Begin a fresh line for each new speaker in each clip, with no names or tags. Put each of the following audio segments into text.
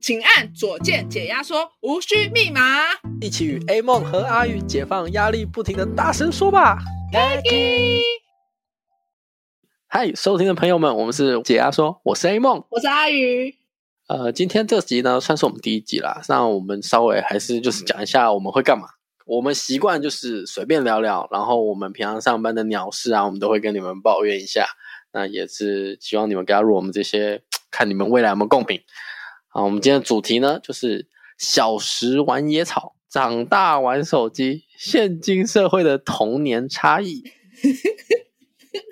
请按左键解压缩，无需密码。
一起与 A 梦和阿宇解放压力，不停的大声说吧！嗨，收听的朋友们，我们是解压说，我是 A 梦。
我是阿鱼，
呃，今天这集呢，算是我们第一集啦。那我们稍微还是
嗯
就是讲一下我们会干嘛。我们习惯就是随便聊聊，然后我们平常上班的鸟事啊，我们都会跟你们抱怨一下。那也是希望你们加入我们这些，看你们未来有没有共鸣。啊，我们今天的主题呢，就是小时玩野草，长大玩手机，现今社会的童年差 异。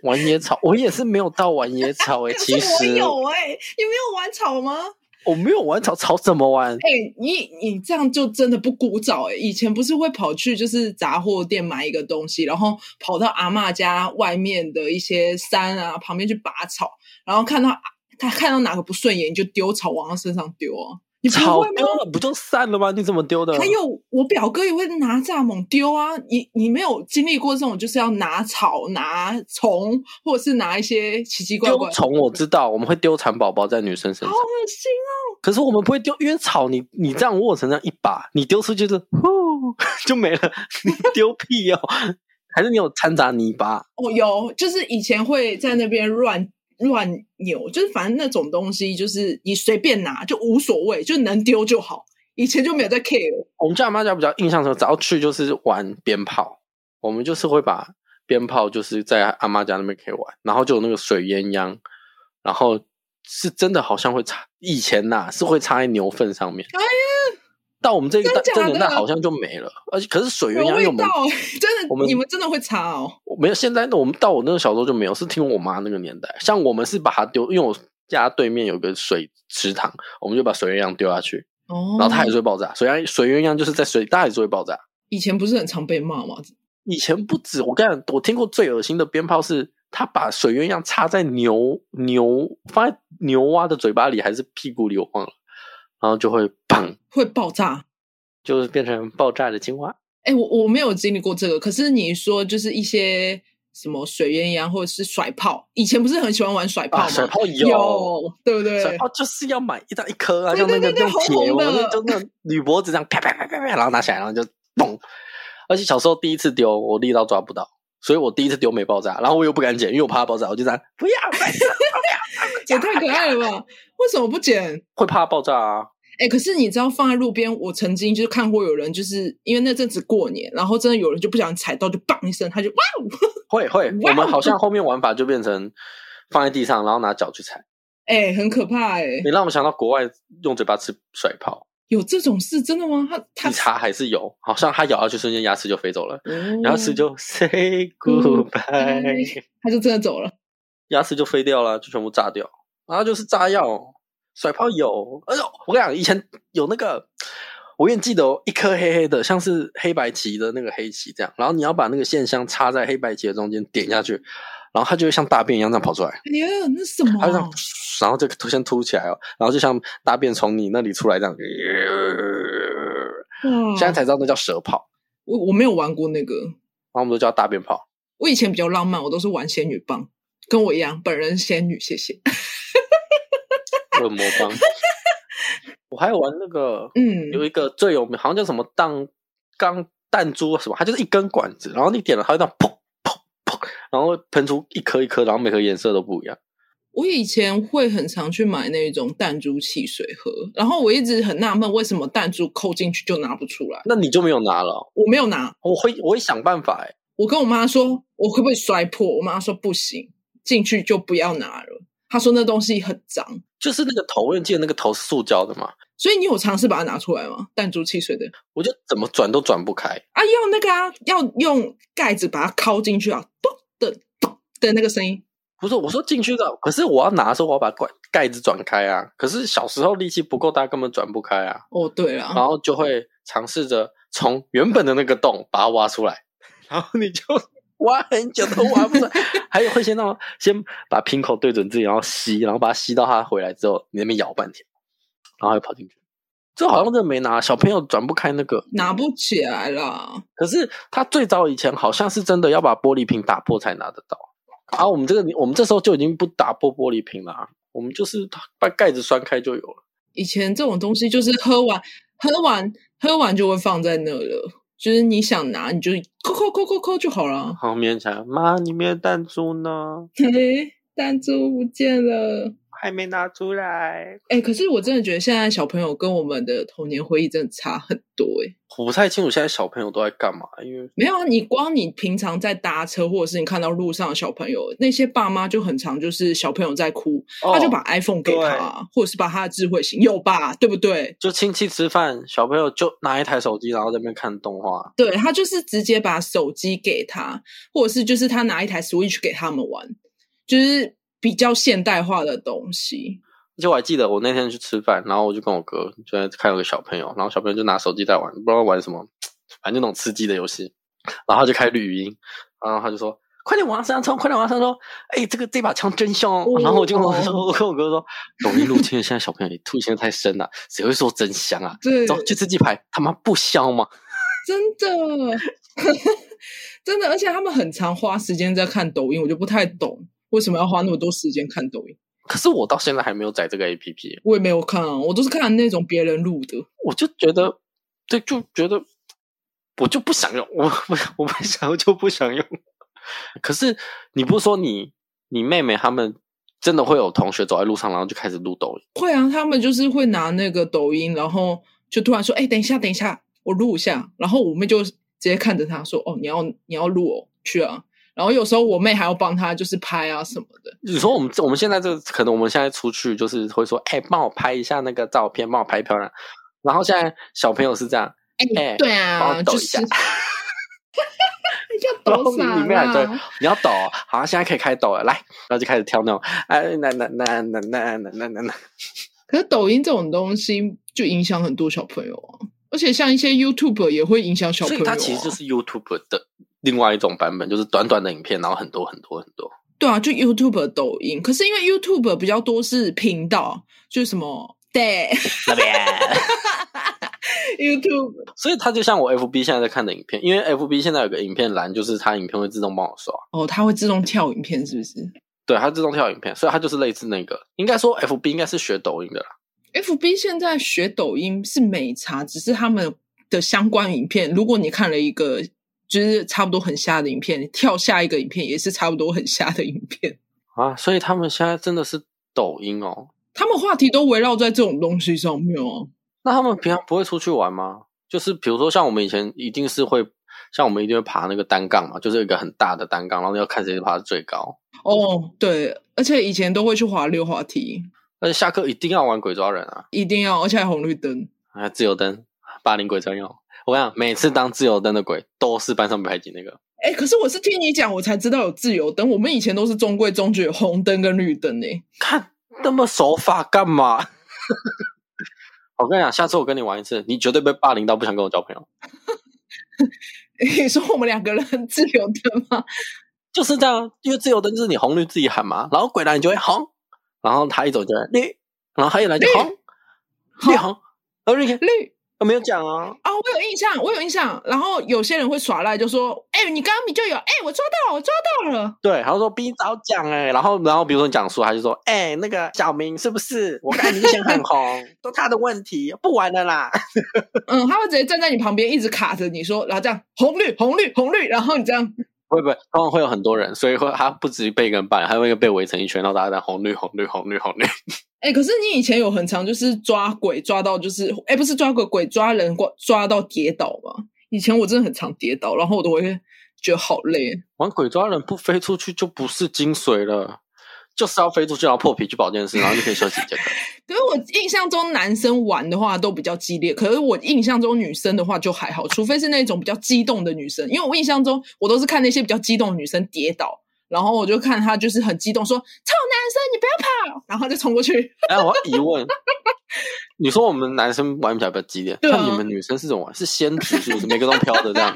玩野草，我也是没有到玩野草 诶、
可是
其
我
实
有哎、你没有玩草吗？
我没有玩草，草怎么玩？
哎、你你这样就真的不古早哎、以前不是会跑去就是杂货店买一个东西，然后跑到阿嬷家外面的一些山啊旁边去拔草，然后看到看看到哪个不顺眼你就丢草往他身上丢啊。你不
草
会吗
丢？了不就散了吗？你怎么丢的？
还有我表哥也会拿蚱蜢丢啊，你你没有经历过这种，就是要拿草、拿虫，或者是拿一些奇奇怪怪，
丢
好
虫，我知道我们会丢蚕宝宝在女生身上，
恶心啊！
可是我们不会丢，因为草你你这样握成这样一把，你丢出去就是呼 就没了，你丢屁哦！ 还是你有掺杂泥巴？
哦，有，就是以前会在那边乱乱扭，就是反正那种东西，就是你随便拿就无所谓，就能丢就好。以前就没有在 care，
我们家阿妈家比较印象中，只要去就是玩鞭炮，我们就是会把鞭炮就是在阿妈家那边可以玩，然后就有那个水鸳鸯，然后是真的好像会插，以前呐、是会插在牛粪上面。
哎呀
到我们这个
真
代
假
这个年代
的
好像就没了，而且可是水鸳
有
鸯
味
又我们
道，欸真
我
的，
们
你们真的会擦哦。
我没有，现在我们到我那个小时候就没有，是听我妈那个年代。像我们是把它丢，因为我家对面有个水池塘，我们就把水鸳鸯丢下去，
哦，
然后它还是会爆炸。水鸳水鸳鸯就是在水，它还是会爆炸。
以前不是很常被骂吗？
以前不止，我跟你讲，我听过最恶心的鞭炮是，他把水鸳鸯插在牛牛放在牛蛙的嘴巴里还是屁股里，我忘了，然后就会砰，
会爆炸。
就是变成爆炸的青蛙。
哎、我我没有经历过这个，可是你说就是一些什么水鸳鸯或者是甩炮，以前不是很喜欢玩甩炮吗？
啊甩炮有
有，对不对？
所以哦，就是要买一张一颗啊，
对
像那个
对对对
用铁，
红红
我们
的
那就那种铝箔纸这样啪啪啪啪啪，然后拿起来，然后就嘣。而且小时候第一次丢，我力道抓不到，所以我第一次丢没爆炸，然后我又不敢捡，因为我怕它爆炸，我就这样不要，不要
也太可爱了吧？为什么不剪？
会怕爆炸啊。
哎、可是你知道放在路边，我曾经就是看过有人，就是因为那阵子过年，然后真的有人就不想踩到，就砰一声，他就哇哦！
会会，
哇
我们好像后面玩法就变成放在地上，然后拿脚去踩。
哎、很可怕哎、
你让我们想到国外用嘴巴吃甩炮，
有这种事真的吗？他哦
你
他，
查还是有，好像它咬下去瞬间牙齿就飞走了，
然
牙齿就 say goodbye，
他就真的走了。
牙齿就飞掉了，就全部炸掉。然后就是炸药，甩炮有，哎呦，我跟你讲，以前有那个。我永远记得哦，一颗黑黑的，像是黑白棋的那个黑棋这样，然后你要把那个线香插在黑白棋的中间点下去，然后它就会像大便一样这样跑出来。
哎呀，那是什么
它就这
啊、
样，然后就突先凸起来哦，然后就像大便从你那里出来这样。
哇！
现在才知道那叫蛇炮，
我我没有玩过那个，
然后我们都叫大便炮。
我以前比较浪漫，我都是玩仙女棒，跟我一样，本人仙女，谢谢。
恶魔棒。 我还有玩那个，
嗯，
有一个最有名，好像叫什么当钢弹珠啊什么，它就是一根管子，然后你点了它会这样砰砰砰，然后会喷出一颗一颗，然后每颗颜色都不一样。
我以前会很常去买那种弹珠汽水喝，然后我一直很纳闷，为什么弹珠扣进去就拿不出来？
那你就没有拿了哦、
我没有拿，
我会我会想办法哎、
我跟我妈说我会不会摔破，我妈说不行，进去就不要拿了。她说那东西很脏，
就是那个头，我记得那个头是塑胶的嘛，
所以你有尝试把它拿出来吗？弹珠汽水的
我就怎么转都转不开。
啊，用那个啊，要用盖子把它敲进去啊，咚的咚的那个声音。
不是，我说进去的，可是我要拿的时候，我要把盖盖子转开啊。可是小时候力气不够大，根本转不开啊，
哦，对了，
然后就会尝试着从原本的那个洞把它挖出来， 然后你就挖很久都挖不出来，还有会先让先把瓶口对准自己，然后吸，然后把它吸到它回来之后，你那边咬半天，然后又跑进去。这好像真的没拿，小朋友转不开那个。
拿不起来啦。
可是他最早以前好像是真的要把玻璃瓶打破才拿得到，啊，我们这个我们这时候就已经不打破玻璃瓶了、啊，我们就是把盖子栓开就有了。
以前这种东西就是喝完喝完喝完就会放在那了，就是你想拿你就扣扣扣扣扣就好 了。
好勉强。妈，里面的弹珠呢？
嘿，弹珠不见了。
还没拿出来。
哎、可是我真的觉得现在小朋友跟我们的童年回忆真的差很多哎、
我不太清楚现在小朋友都在干嘛，因为
没有啊，你光你平常在搭车，或者是你看到路上的小朋友，那些爸妈就很常就是小朋友在哭，他就把
哦
iPhone 给他啊，或者是把他的智慧型有吧，对不对？
就亲戚吃饭，小朋友就拿一台手机，然后在那边看动画。
对他就是直接把手机给他，或者是就是他拿一台 Switch 给他们玩，就是比较现代化的东西。
而且我还记得我那天去吃饭，然后我就跟我哥就在看有个小朋友，然后小朋友就拿手机在玩，不知道玩什么，反正就那种吃鸡的游戏，然后他就开绿语音，然后他就说。快点往上冲！快点往上冲！哎、这个这把枪真凶、
哦
然后我就跟我说，我跟我哥说，容易入侵的现在小朋友也吐血太深了，谁会说真香啊？
对，
走去吃鸡排，他妈不香吗？
真的， 真的，而且他们很常花时间在看抖音，我就不太懂为什么要花那么多时间看抖音。
可是我到现在还没有载这个 A P P，
我也没有看啊，我都是看那种别人录的。
我就觉得，对，就觉得我就不想用，我不我不想用就不想用。 可是你不是说你你妹妹他们真的会有同学走在路上，然后就开始录抖音？
会啊，他们就是会拿那个抖音，然后就突然说：“哎、等一下，等一下，我录一下。”然后我妹就直接看着他说：“哦，你要你要录哦，去啊。”然后有时候我妹还要帮她就是拍啊什么的。
你说我们我们现在这可能我们现在出去就是会说，哎、帮我拍一下那个照片，帮我拍漂亮。然后现在小朋友是这样，
哎、
哎
对
帮
啊，
我抖
就
一
是
下
要
然后
抖啥
里面还对
啦？，
你要抖，哦好，现在可以开抖了，来，然后就开始跳那种，哎，那那那那那那那那那。
可是抖音这种东西就影响很多小朋友啊，而且像一些 YouTube 也会影响小
所
朋友、
以
啊。
它其实就是 YouTube 的另外一种版本，就是短短的影片，然后很多很多很多。
对啊，就 YouTube 抖音。可是因为 YouTube 比较多是频道，就是什么对
那边，
YouTube
所以它就像我 FB 现在在看的影片，因为 FB 现在有个影片栏，就是它影片会自动帮我刷，
哦，它会自动跳影片，是不是
对，它自动跳影片，所以它就是类似那个。应该说 FB 应该是学抖音的啦，
？FB 现在学抖音是美差，只是他们的相关影片，如果你看了一个就是差不多很瞎的影片，你跳下一个影片也是差不多很瞎的影片。
啊，所以他们现在真的是抖音哦。
他们话题都围绕在这种东西上面哦、
那他们平常不会出去玩吗？就是比如说像我们以前一定是会，像我们一定会爬那个单杠嘛，就是有一个很大的单杠，然后要看谁爬得最高。
哦，对，而且以前都会去滑溜滑梯，
而且下课一定要玩鬼抓人啊。
一定要，而且还红绿灯。
啊，自由灯，霸凌鬼专用。我跟你讲，每次当自由灯的鬼都是班上被排挤那个。
哎、可是我是听你讲，我才知道有自由灯。我们以前都是中规中矩，有红灯跟绿灯呢、
看那么守法干嘛？ 我跟你讲，下次我跟你玩一次，你绝对被霸凌到不想跟我交朋友。
你说我们两个人自由灯吗？
就是这样，因为自由灯就是你红绿自己喊嘛，然后鬼来你就会红，然后他一走就会绿，然后他一来就红绿红，然后绿
绿
我没有讲啊，
啊、我有印象，我有印象。然后有些人会耍赖，就说：“哎、你刚刚你就有，哎、我抓到了，我抓到了。
对，他说比你早讲哎、然后然后比如说你讲书，他就说哎、那个小明是不是？我看你先很红， 都他的问题，不玩了啦。”
嗯，他会直接站在你旁边，一直卡着你说，然后这样红绿红绿红绿，然后你这样，
会不会他们会有很多人，所以会他不止被一个人办，还会被围成一圈，然后大家在红绿红绿红绿红绿。
哎、可是你以前有很常就是抓鬼抓到就是，哎、不是抓鬼鬼抓人抓抓到跌倒吗？以前我真的很常跌倒，然后我都会觉得好累。
玩鬼抓人不飞出去就不是精髓了，就是要飞出去，然后破皮去保健室，然后就可以休息一节课。
可是我印象中男生玩的话都比较激烈，可是我印象中女生的话就还好，除非是那种比较激动的女生，因为我印象中我都是看那些比较激动的女生跌倒，然后我就看她就是很激动说：“臭男生，你不要跑！”哦然后就冲过去。
哎，我要疑问，你说我们男生玩起来比较激烈，
对啊
那你们女生是怎么玩？是仙子是不是？每个都飘的这样，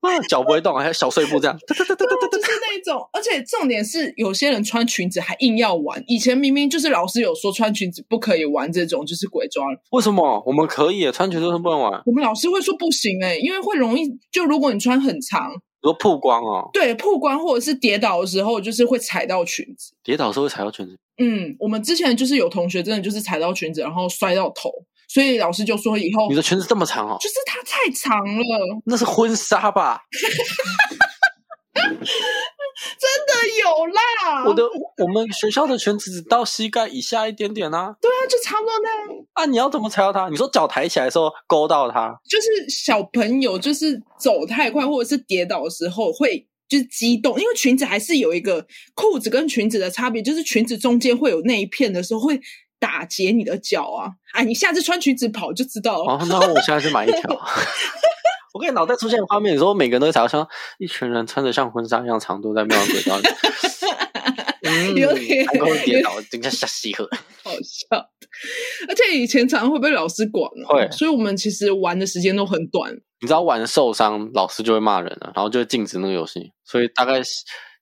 啊，脚不会动，还有小碎步这样。 哒哒哒哒哒哒
就是那种，而且重点是有些人穿裙子还硬要玩，以前明明就是老师有说穿裙子不可以玩这种，就是鬼抓人。
为什么我们可以穿裙子都不能玩？
欸我们老师会说不行哎、因为会容易就如果你穿很长，
如果曝光哦，
对，曝光或者是跌倒的时候，就是会踩到裙子。
跌倒的时候会踩到裙子，
嗯，我们之前就是有同学真的就是踩到裙子，然后摔到头，所以老师就说以后
你的裙子这么长哦，
就是它太长了，
那是婚纱吧？
真的有啦。
我的我们学校的裙子只到膝盖以下一点点啊，
对啊，就差不多那样。
啊，你要怎么踩到它？你说脚抬起来的时候勾到它，
就是小朋友就是走太快或者是跌倒的时候会。就是激动，因为裙子还是有一个裤子跟裙子的差别，就是裙子中间会有那一片的时候会打结你的脚啊！哎，你下次穿裙子跑就知道了。
哦，那我下次买一条。 我跟你脑袋出现画面，你说每个人都踩到像一群人穿着像婚纱一样长度在庙轨道里， 嗯，
有点
还会跌倒，等一下下西河。
好笑。 而且以前常常会被老师管哦、
会
所以我们其实玩的时间都很短。
你知道玩受伤，老师就会骂人了，然后就会禁止那个游戏。所以大概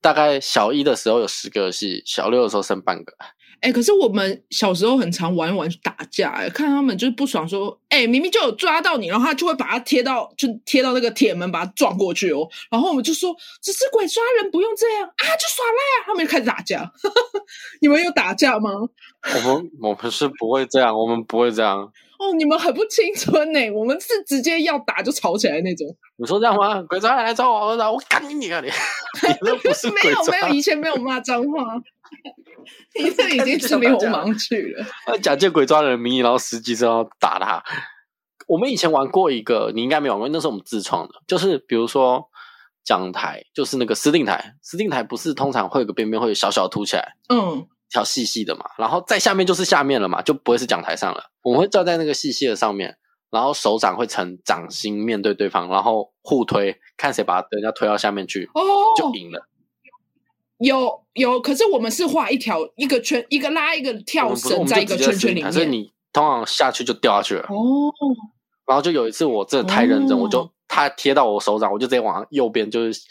大概小一的时候有十个游戏，小六的时候剩半个。
哎、可是我们小时候很常玩一玩就打架、哎，看他们就是不爽说，哎、明明就有抓到你，然后他就会把它贴到，就贴到那个铁门，把它撞过去哦。然后我们就说，只是鬼抓人，不用这样啊，就耍赖啊。他们就开始打架。 你们有打架吗？
我们我们是不会这样，我们不会这样。
哦，你们很不青春呢、我们是直接要打就吵起来那种。
你说这样吗？鬼抓人来抓我儿子啊，我干你啊你！ 你那不是
没
鬼
有
抓
没有，以前没有骂脏 话，你这已经是流氓去了。
假借鬼抓人的名义，然后实际上要哦打他。我们以前玩过一个，你应该没玩过，那是我们自创的，就是比如说讲台，就是那个司令台，司令台不是通常会有个边边会小小凸起来，
嗯，
一条细细的嘛，然后在下面就是下面了嘛，就不会是讲台上了，我们会站在那个细细的上面。然后手掌会呈掌心面对对方，然后互推，看谁把人家推到下面去
哦，
就赢了。
有有，可是我们是画一条一个圈，一个拉一个
我
跳
们不是我
绳
们
在一
就
个
直接
圈
是
圈里
台所以
面。
你通常下去就掉下去了。
哦，
然后就有一次我真的太认真，
哦
我就他贴到我手掌，我就直接往右边，就是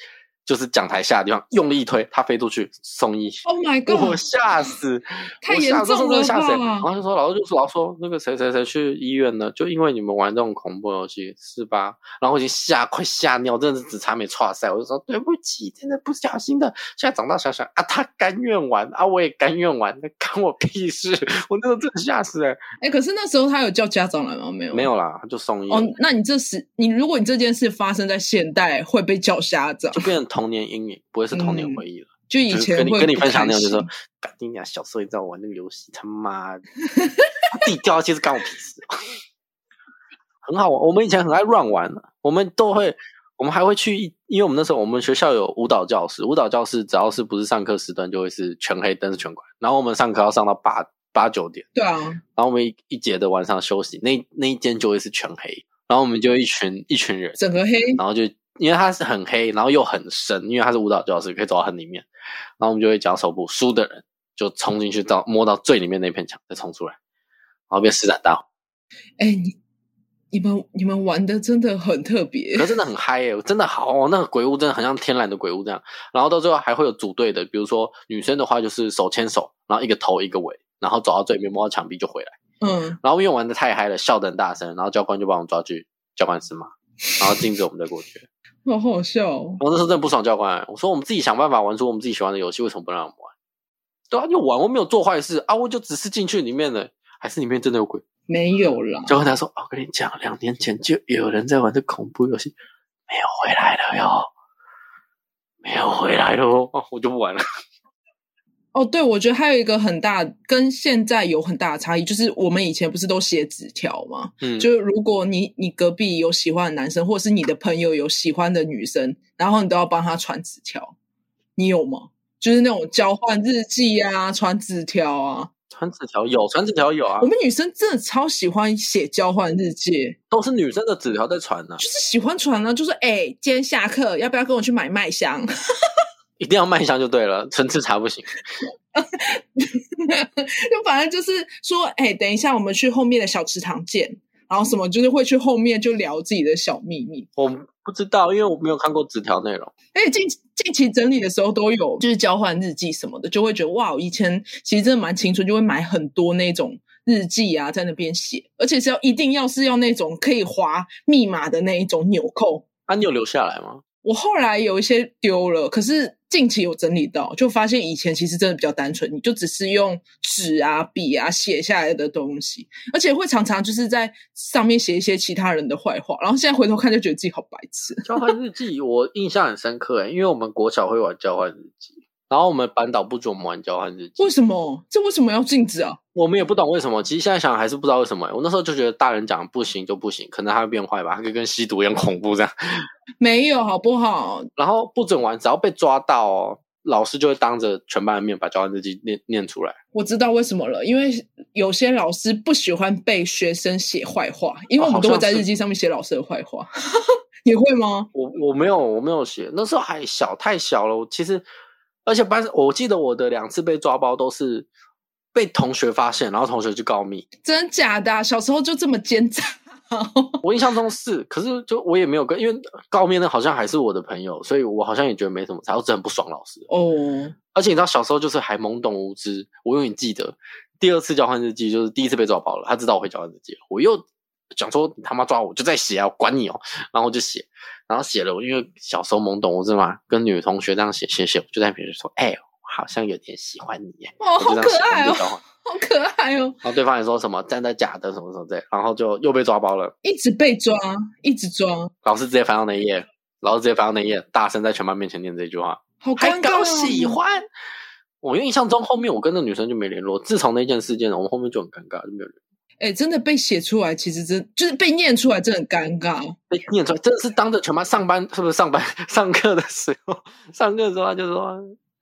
就是讲台下的地方用力一推，他飞出去送医。
Oh my
我
god！
吓死！
太
我吓
严
死
重
我真的
了
吓死！然
吧？
后就说，老师就说，老师说那个谁谁谁去医院了，就因为你们玩这种恐怖游戏是吧？然后我已经吓快吓尿，真的是只差没岔赛。我就说对不起，真的不小心的。现在长大想想啊，他甘愿玩啊，我也甘愿玩，那干我屁事！我那时候真的吓死了。
哎，可是那时候他有叫家长来吗？没有，
没。有啦，就送医了。
哦，那你这时你如果你这件事发生在现代，会被叫家长
就。变成童年阴影，不会是童年
嗯
回忆了。
就以
就是
前
跟你
会
跟你
不
分享
开
那种，就是
心
说，干你俩小时候也在玩那个游戏，他妈的他自己掉下去是干我屁事。 很好玩，我们以前很爱乱玩，我们都会，我们还会去一，因为我们那时候我们学校有舞蹈教室，舞蹈教室只要是不是上课时段就会是全黑灯是全关，然后我们上课要上到八八九点。
对啊，
然后我们一一节的晚上休息，那那一间就会是全黑，然后我们就一群一群人，
整个黑
然后就因为它是很黑，然后又很深，因为它是舞蹈教室，可以走到很里面。然后我们就会讲手部，输的人就冲进去到摸到最里面那片墙，再冲出来，然后变施展大会。
哎、你你们你们玩的真的很特别
可，是真的很嗨耶、我真的好、哦那个鬼屋真的很像天然的鬼屋这样。然后到最后还会有组队的，比如说女生的话就是手牵手，然后一个头一个尾，然后走到最里面摸到墙壁就回来。
嗯，
然后因为玩的太嗨了，笑得很大声，然后教官就把我们抓去教官室骂，然后禁止我们再过去。
好好笑、哦。
我那时候真的不爽教官、我说我们自己想办法玩出我们自己喜欢的游戏，为什么不让我们玩？对啊，就玩，我没有做坏事啊，我就只是进去里面的，还是里面真的有鬼？
没有啦，
教官他说，哦我跟你讲，两年前就有人在玩这恐怖游戏，没有回来了哟，没有回来了哦，哦我就不玩了。
哦，对，我觉得还有一个很大跟现在有很大的差异，就是我们以前不是都写纸条吗？
嗯，
就是如果你你隔壁有喜欢的男生，或者是你的朋友有喜欢的女生，然后你都要帮他传纸条，你有吗？就是那种交换日记啊，传纸条啊。
传纸条有，传纸条有啊
我，们女生真的超喜欢写交换日记，
都是女生的纸条在传呢、
就是喜欢传呢，就是哎、今天下课要不要跟我去买麦香？
一定要卖香就对了，纯吃茶不行。
就反正就是说，哎、等一下我们去后面的小池塘见，然后什么就是会去后面就聊自己的小秘密。
我不知道，因为我没有看过纸条内容。
而且近近期整理的时候都有，就是交换日记什么的，就会觉得哇，以前其实真的蛮青春，就会买很多那种日记啊，在那边写，而且是要一定要是要那种可以划密码的那一种纽扣。
啊，你有留下来吗？
我后来有一些丢了，可是近期有整理到，就发现以前其实真的比较单纯，你就只是用纸啊、笔啊写下来的东西，而且会常常就是在上面写一些其他人的坏话，然后现在回头看就觉得自己好白痴。
交换日记我印象很深刻诶，欸因为我们国小会玩交换日记，然后我们班导不准我们玩交换日记，
为什么？这为什么要禁止啊？
我们也不懂为什么。其实现在想还是不知道为什么。欸我那时候就觉得大人讲不行就不行，可能他会变坏吧，他就跟吸毒一样恐怖这样。
没有好不好？
然后不准玩，只要被抓到哦，老师就会当着全班的面把交换日记念念出来。
我知道为什么了，因为有些老师不喜欢被学生写坏话，因
哦
为我们都会在日记上面写老师的坏话， 也会吗？
我我没有我没有写，那时候还小太小了。我其实，而且班我记得我的两次被抓包都是被同学发现，然后同学去告密。
真假的啊、小时候就这么奸诈？
我印象中是，可是就我也没有跟，因为告密的好像还是我的朋友，所以我好像也觉得没什么差，我只是很不爽老师。
哦，
而且你知道小时候就是还懵懂无知，我永远记得第二次交换日记就是第一次被抓包了，他知道我会交换日记了，我又讲说你他妈抓我就再写啊，我管你哦，然后我就写，然后写了，我因为小时候懵懂无知嘛，跟女同学这样写写写，我就在别人说，哎、我好像有点喜欢你耶，
哦，好
我就这
可
样写，
爱哦
我们就，交换，
好可爱哦，
然后对方也说什么真的假的什么什么之类，然后就又被抓包了，
一直被抓，一直抓，
老师直接翻到那一页，老师直接翻到那一页，大声在全班面前念这句话，
好
还
尴尬、
搞
哦。
喜欢。我印象中后面我跟那女生就没联络，自从那件事件，我们后面就很尴尬，就没有联络。
哎、真的被写出来，其实真就是被念出来，真的很尴尬。
被念出来，真的是当着全班上班，是不是上班上课的时候， 上课的时候他就说：“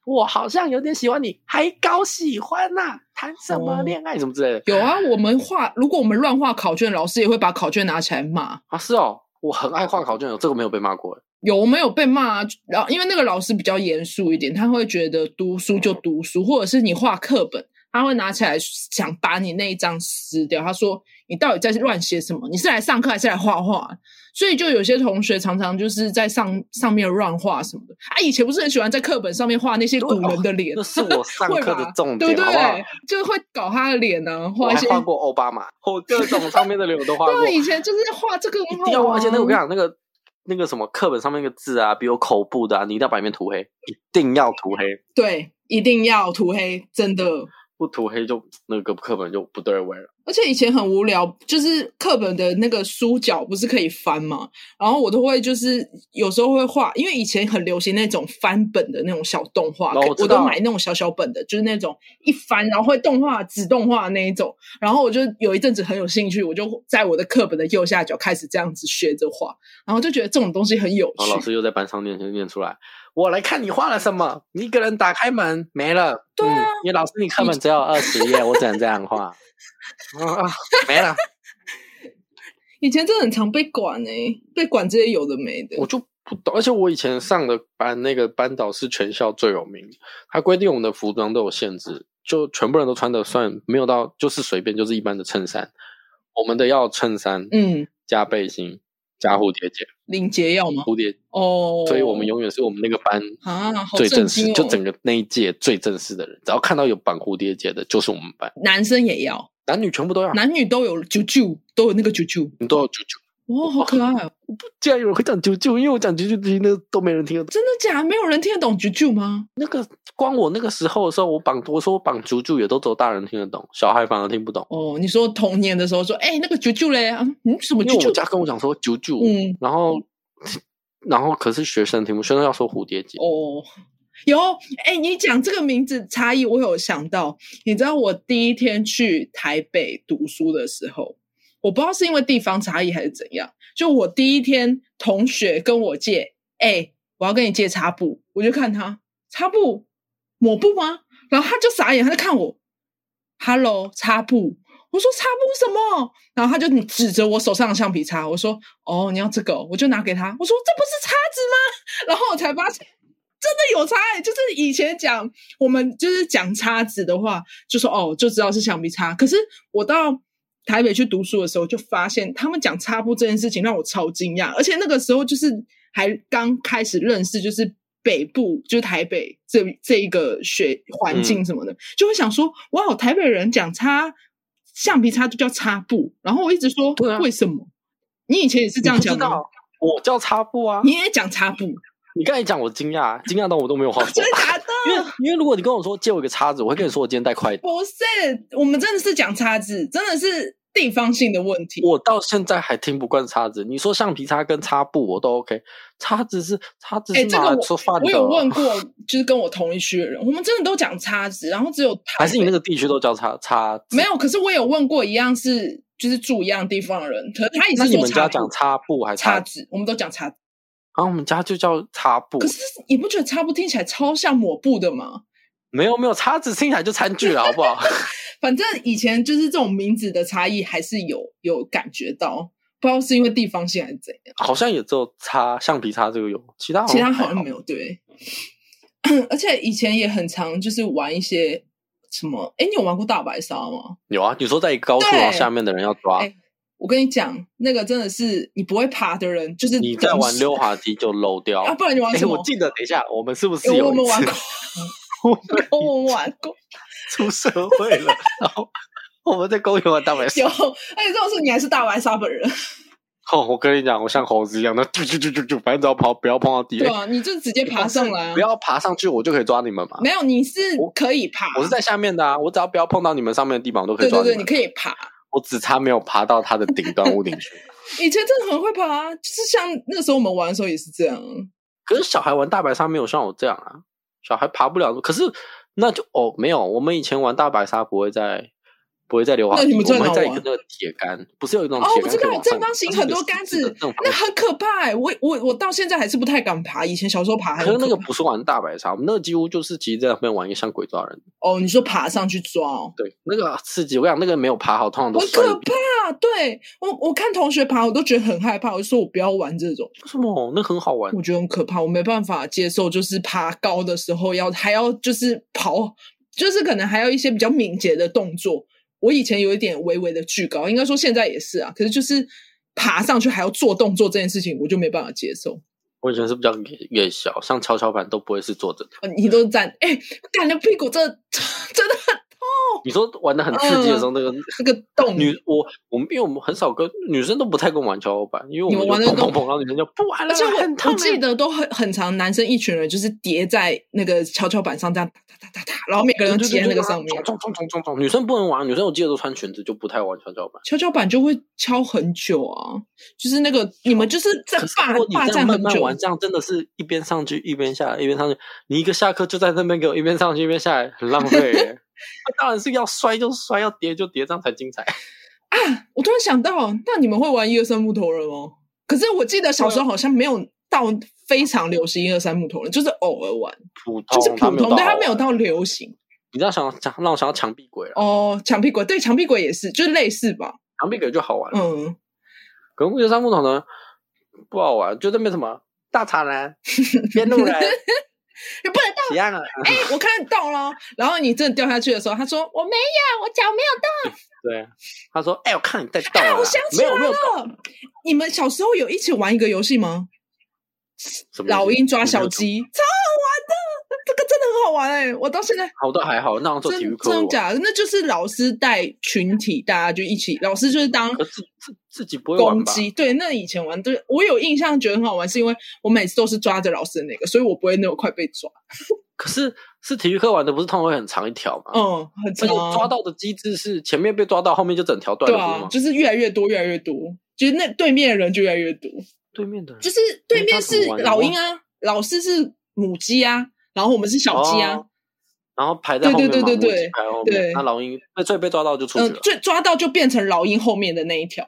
我好像有点喜欢你，还搞喜欢呐、谈什么恋爱什么之类的。
有啊，我们画，如果我们乱画考卷，老师也会把考卷拿起来骂。
啊，是哦，我很爱画考卷，有这个没有被骂过。
有我们有被骂啊，然后因为那个老师比较严肃一点，他会觉得读书就读书，或者是你画课本，他会拿起来想把你那一张撕掉。他说你到底在乱写什么？你是来上课还是来画画？所以就有些同学常常就是在上上面乱画什么的。啊，以前不是很喜欢在课本上面画那些古人的脸，
那哦是我上
会
课
吧
的 重
对
点，
不对？
好不好？
就是会搞他的脸啊，
我
画一
还
些。
画过奥巴马，我各种上面的脸我都画过。
对啊，以前就是画这个很
一定要啊
好
画，而且那个我
玩
跟你讲，那个那个什么课本上面那个字啊，比如口部的啊，你一定要把里面涂黑，一定要涂黑，
对，一定要涂黑，真的。
不涂黑就那个课本就不对味了。
而且以前很无聊，就是课本的那个书角不是可以翻吗？然后我都会就是有时候会画，因为以前很流行那种翻本的那种小动画，
哦我知
我
道
都买那种小小本的，就是那种一翻然后会动画纸动画那一种。然后我就有一阵子很有兴趣，我就在我的课本的右下角开始这样子学着画，然后就觉得这种东西很有
然后老
趣。
师又在班上念念出来，我来看你画了什么，你一个人打开门没了。
对啊
嗯，因为老师你课本只有二十页，我只能这样画。啊，没了，
以前真的很常被管诶、被管这些有的没的
我。就不懂。而且我以前上的班，那个班导是全校最有名的，他规定我们的服装都有限制，就全部人都穿的算没有到，就是随便就是一般的衬衫。我们的要有衬衫
嗯，
加背心加蝴蝶结，
领结要吗？
蝴蝶，
哦，
所以我们永远是我们那个班
啊，好
最
震
正式，
惊哦！
就整个那一届最正式的人，只要看到有绑蝴蝶结的，就是我们班，
男生也要，
男女全部都要，
男女都有啾啾，都有那个啾啾，
你都要啾啾。
哇、好可爱哦！
我不，竟然有人会讲啾啾，因为我讲啾啾这些那都没人听得懂。
真的假的？没有人听得懂啾啾吗？
那个光我那个时候的时候，我绑我说我绑啾啾也都只有大人听得懂，小孩反而听不懂。
哦，你说童年的时候说，哎、那个啾啾嘞，啊嗯，什么
因
啾
为
啾？
我家跟我讲说啾啾，
嗯，
然后然后可是学生听不，学生要说蝴蝶结，
哦，有，哎、你讲这个名字差异，我有想到。你知道我第一天去台北读书的时候，我不知道是因为地方差异还是怎样，就我第一天同学跟我借，哎、我要跟你借擦布，我就看他擦布抹布吗？然后他就傻眼，他就看我，Hello，擦布。我说擦布什么？然后他就指着我手上的橡皮擦，我说：“哦，你要这个哦、我就拿给他。我说：“这不是叉子吗？”然后我才发现真的有差、欸，就是以前讲我们就是讲叉子的话，就说哦就知道是橡皮擦，可是我到。台北去读书的时候，就发现他们讲擦布这件事情让我超惊讶，而且那个时候就是还刚开始认识，就是北部，就是台北这这一个学环境什么的，就会想说，哇，台北人讲擦橡皮擦就叫擦布，然后我一直说，
对啊
为什么？你以前也是这样
你不知
讲的吗，
道我叫擦布啊，
你也讲擦布，
你刚才讲我惊讶，惊讶到我都没有话说
真。的假的？
因为因为如果你跟我说借我一个叉子，我会跟你说我今天带筷子。
不是，我们真的是讲叉子，真的是地方性的问题。
我到现在还听不惯叉子。你说橡皮擦跟擦布我都 OK，叉子是叉子
哎
是
这个
拿来
我
做饭的。哦
我有问过，就是跟我同一区的人，我们真的都讲叉子，然后只有台
还是你
北
那个地区都叫叉叉子？
没有。可是我有问过一样是就是住一样地方的人，可是他也
那
是
你
说
们家
叉
讲
子，
擦布还是
叉
叉？
子，我们都讲叉子。
然后我们家就叫擦布
可。是你不觉得叉布听起来超像抹布的吗？
没有没有，叉子听起来就餐具了，好不好？
反正以前就是这种名字的差异还是有有感觉到，不知道是因为地方性还是怎样。
好像也只有擦橡皮擦这个有，其他
其他
好
好
还
像没有对。 而且以前也很常就是玩一些什么，哎，你有玩过大白鲨吗？
有啊。你说在一个高速，
对
然后下面的人要抓，
哎我跟你讲，那个真的是你不会爬的人，就是
你在
等
玩
死
溜滑梯就漏 掉。
啊，不然你玩
哎、
什么？
我记得，等一下，我们是不是
有
有
我们
一
玩
次
过
我们
有我们玩过，
出社会了， 然后我们在公园玩大白鲨
有，而且这种事你还是大白鲨本 人，
哦，我跟你讲，我像猴子一样的，就就就就就，反正只要跑，不要碰到地。
对
哎
啊，你就直接爬上来啊
不。要爬上去，我就可以抓你们嘛。
没有，你是可以爬，
我是在下面的啊，我只要不要碰到你们上面的地板，我都可以
对
抓
对
你们。
对，你可以爬。
我只差没有爬到它的顶端屋顶去。
以前真的很会爬啊，就是像那时候我们玩的时候也是这样啊。
可是小孩玩大白鲨没有像我这样啊，小孩爬不了。可是那就哦，没有，我们以前玩大白鲨不会在不会在溜滑
那你
梯，
们在
我
哪
们会在一
玩
个那个铁杆，不是有一种
哦
铁
我
杆
知
可以
道
往上
正
的
方形
它是一
很
个
多
十
杆
字的
子
正方
那
形
很可怕哎、我我我到现在还是不太敢爬。以前小时候爬还
可是
很
那个
怕
不是玩大白鲨，我们那个几乎就是其实在旁边玩一个像鬼抓人。
哦，你说爬上去抓哦，
对，那个啊刺激，我想那个没有爬好，通常都
很
摔
可
了。
怕。对我我看同学爬，我都觉得很害怕，我就说我不要玩这种，
为什么？那很好玩
我。觉得很可怕，我没办法接受，就是爬高的时候要还要就是跑，就是可能还要一些比较敏捷的动作。我以前有一点微微的巨高，应该说现在也是啊，可是就是爬上去还要做动作这件事情，我就没办法接受。
我以前是比较 野野小，像跷跷板都不会是坐着的。
呃你都站，哎、感觉屁股这 真的很
你说玩的很刺激的时候，那个
嗯那个洞，
女我我们因为我们很少跟女生都不太跟我玩跷跷板，因为我
你
们
们玩
就
的
砰
都
砰砰，然后女生就不玩了，
而且
很
我
痛
我记
欸
得都很很长，男生一群人就是叠在那个跷跷板上这样哒哒哒哒哒，然后每个人都
对对
接
对
那个
对
上面，
冲冲冲冲冲！女生不能玩，女生我记得都穿裙子，就不太玩跷跷板。
跷跷板就会敲很久啊，就是那个你们就是在
可是
霸
如果你
霸
这
占
样慢
很
慢
久
玩，，这样真的是一边上去一边下来，一边上去，你一个下课就在那边给我一边上去一边下来，很浪费、 欸。那当然是要摔就摔，要跌就跌，这样才精彩。
啊！我突然想到，那你们会玩一二三木头人吗？可是我记得小时
啊
候好像没有到非常流行一二三木头人，就是偶尔玩，
普通，
就是普通，
到
但它没有
好玩
到流行
你这样想想让我想到墙壁鬼了，
哦。墙壁鬼对墙壁鬼也是，就是类似吧，
墙壁鬼就好玩了。
嗯。
可是木山木桶呢不好玩，就那边什么大茶 人、边路人、
你 不能动！
喜样啊，
哎、我看到了。然后你真的掉下去的时候，他说我没有，我脚没有动。
对，他说：“哎、我看你在动、啊
哎，我想起
没
来
有没有
了，你们小时候有一起玩一个游戏吗？
什么
老鹰抓小
你没有动
鸡，超好玩的，这个真的很好玩哎、我到现在
好，倒还好，那样做体育
真
课我
真的假的？那就是老师带群体，大家就一起，老师就是当
可自自自己不会玩
公
吧？
鸡。对，那以前玩，对我有印象，觉得很好玩，是因为我每次都是抓着老师的那个，所以我不会那么快被抓。
可是是体育课玩的，不是通常会很长一条吗？
嗯，很
而且
长啊
抓到的机制是前面被抓到，后面就整条断
对
了，不是
啊
吗，？
就是越来越多，越来越多，就是那对面的人就越来越多。
对面的人
就是对面
哎
是老鹰啊，老师是母鸡啊，然后我们是小鸡啊
哦，然后排在后面嘛，
对对对对
母鸡
对
排后面，
对
那老鹰被最被抓到就出去
嗯、
了。
最抓到就变成老鹰后面的那一条。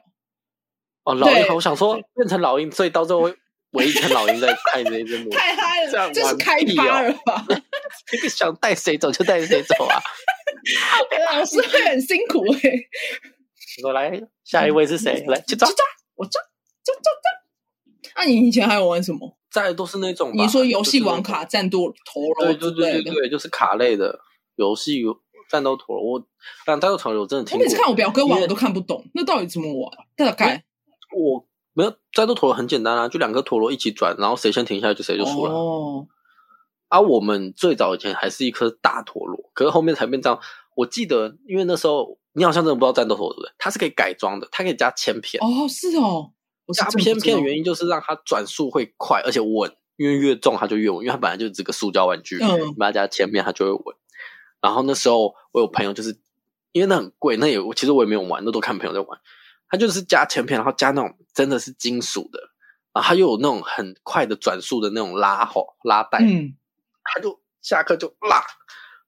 哦，老鹰，
对
我想说变成老鹰，所以到最后会围一圈老鹰在看这一只母鸡。
太嗨
这样
了，
哦玩
这是开趴了吧？
这个 想带谁走就带谁走啊！
老师会很辛苦哎、
我说来，下一位是谁？来去抓
去。我抓抓抓抓。那、你以前还有玩什么？
再来都是那种吧
你说游戏王，
就是那种
卡、战斗陀螺
对
之
对
类
对
的
对。对，就是卡类的游戏战斗陀螺。我但战斗陀螺我真的
我
听
每次看
过，
我表哥
因为
玩，我都看不懂，那到底怎么玩？大概
我没有战斗陀螺很简单啊，就两个陀螺一起转，然后谁先停下来就谁就输了。
哦，
啊，我们最早以前还是一颗大陀螺，可是后面才变这样。我记得，因为那时候你好像真的不知道战斗陀螺对不对？它是可以改装的，它可以加铅片。
哦，是哦，我是
加
真的
铅
不知
片
道
的原因就是让它转速会快而且稳，因为越重它就越稳，因为它本来就是这个塑胶玩具，
嗯
把它加前面它就会稳。然后那时候我有朋友就是因为那很贵，那也我其实我也没有玩，那都看朋友在玩。它就是加前片，然后加那种真的是金属的，然后它又有那种很快的转速的那种拉吼拉带，
嗯，
他就下课就拉，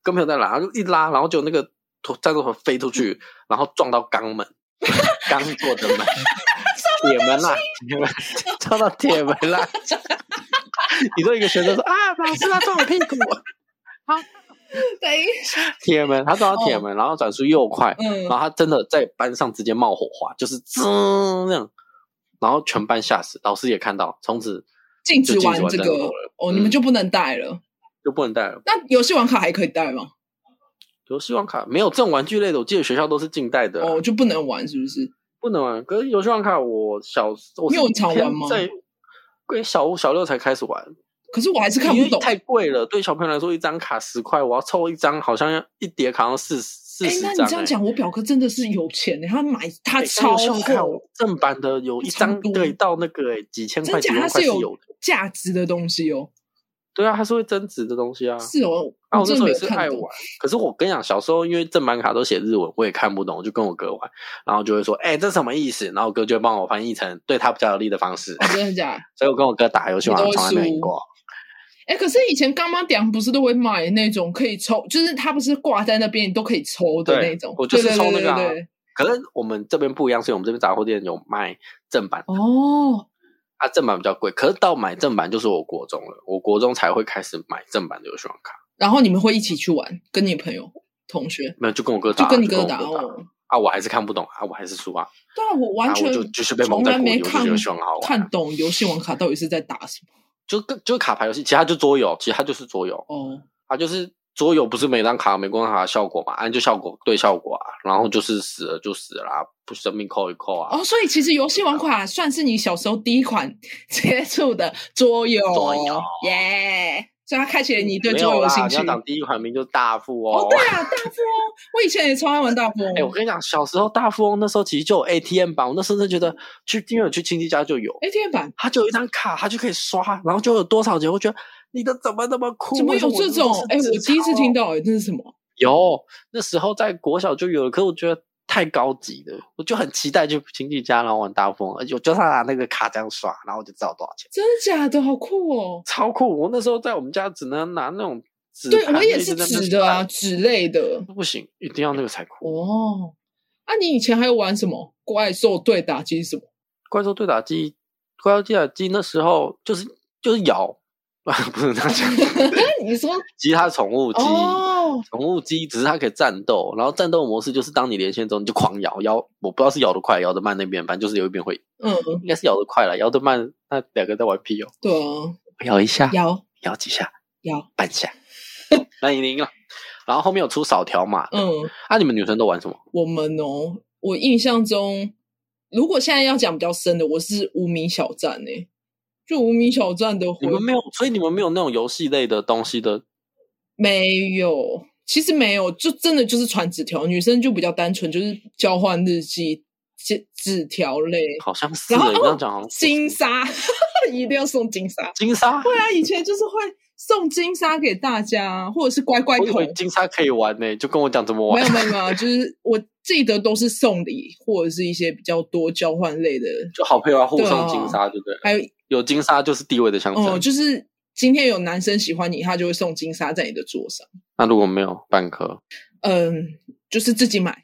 跟朋友在拉，他就一拉，然后就那个头战斗头飞出
嗯
去，然后撞到 肛门，刚做的门，铁门啦，铁门撞到铁门啦。你说一个学生说啊，老师他撞我屁股，
对，
铁门，他撞到铁门，然后转速又快，
哦嗯
然，后他真的在班上直接冒火花，就是噌那样，然后全班吓死，老师也看到，从此
禁止
就禁止
玩
玩
这
这
个
个
哦，你们
嗯
就不能带了。
就不能带了。
那游戏网卡还可以带吗？
游戏王卡没有这种玩具类的，我记得学校都是禁带的啊。
哦，就不能玩是不是？
不能玩。可是游戏王卡，我小我
你
是
有常
偏
玩吗
在贵小五小六才开始玩，
可是我还是看
因
不
为
懂。
太贵了。对小朋友来说，一张卡十块，我要凑一张，好像要一叠卡要四四
哎，
十
那你
张
这样
欸。
讲，我表哥真的是有钱欸，他买他
哎
超
游戏王卡
厚，
正版的有一
超
张
多
可以到那个欸几千
真
块、几
假
万
它
块
是
是
有
有的。
价值的东西哦。
对啊，它是会增值的东西啊。
是哦，
啊，我那
真的
时候
没
也
有
是
看
爱
懂
玩。，可是我跟你讲，小时候因为正版卡都写日文，我也看不懂，我就跟我哥玩，然后就会说：“哎、这什么意思？”然后我哥就会帮我翻译成对他比较有利的方式。
哦真的假的？
所以我跟我哥打游戏
你
王
都
卡
会
从来没有赢
输
过。
哎、可是以前干妈店不是都会卖那种可以抽，就是它不是挂在那边你都可以抽的
对
那种，
我就是
对对
抽那个啊
对对对
可是我们这边不一样，所以我们这边杂货店有卖正版，
哦，
啊，正版比较贵。可是到买正版就是我国中了，我国中才会开始买正版的游戏王卡，
然后你们会一起去玩，跟你朋友、同学，
没有就跟我哥打
就
啊，
跟你
跟
哥
我
打
打
哦。
啊，我还是看不懂啊，我还是输啊，
对啊，我完
啊，
全
我就继续被
从
蒙在
来
鼓
没
里，我就
看
觉得游戏王好玩
看
啊，
懂游戏王卡到底是在打什么。
就跟就是卡牌游戏，其他就桌游，其他就是桌游，
哦，
啊，就是桌游不是每张卡有每关卡的效果嘛，按、就效果对效果啊，然后就是死了就死了、啊，不生命扣一扣啊，
哦，所以其实游戏王卡算是你小时候第一款 接触的桌游，
桌游
耶所以它开启了你对
没
桌
有
游的
啦，
兴
你
趣。
要讲第一款名就是大富翁。
哦，对啊，大富翁，我以前也超爱玩大富翁。
哎、我跟你讲，小时候大富翁那时候其实就有 ATM 版，我那时候就觉得去因为我去亲戚家就有，
ATM 版
他就有一张卡，他就可以刷，然后就有多少钱，我觉得你的怎么那么酷？
怎么
为什
有
么
这种？哎、
哎、
我第一次听
到。
到、哎，这是什么？
有那时候在国小就有了，可是我觉得太高级了，我就很期待去亲戚家，然后玩大富翁，而且我就他拿那个卡这样刷，然后我就知道多少钱，
真的假的？好酷哦！
超酷！我那时候在我们家只能拿那种纸
对
盘，
我也
一直
是
在那边
纸的啊，
翻，
纸类的。
不行，一定要那个才酷。
哦，啊，你以前还有玩什么怪兽对打机什么？
怪兽对打机，怪兽对打机那时候就是就是摇， 不能这样 讲，
你说
其实它是宠物机。
哦，
宠物机只是它可以战斗，然后战斗模式就是当你连线之后你就狂摇摇，我不知道是摇得快摇得慢那边，反正就是有一边会
嗯，
应该是摇得快了，摇得慢，那两个在玩屁哦，
对啊，
摇一下，
摇
摇几下，
摇，
半下， 那你赢了。然后后面有出扫条码，
嗯，
啊，你们女生都玩什么？
我们哦，我印象中，如果现在要讲比较深的，我是无名小站哎、就无名小站的回
你们没有，所以你们没有那种游戏类的东西的。
没有，其实没有，就真的就是传纸条。女生就比较单纯，就是交换日记、纸纸条类。
好像是、
然后
欸、你这
哦
样讲好像，是
金纱 一定要送金纱。
金沙，
对啊，以前就是会送金纱给大家，或者是乖乖
我以
桶
为。金沙可以玩呢、就 跟我讲怎么
没
玩
有。没有没有，就是我记得都是送礼，或者是一些比较多交换类的，
就好朋友啊互
对啊
送金沙，对不对了？
还有
有金沙就是地位的象征。
哦、就是今天有男生喜欢你，他就会送金沙在你的桌上。
那如果没有半颗，
嗯，就是自己买。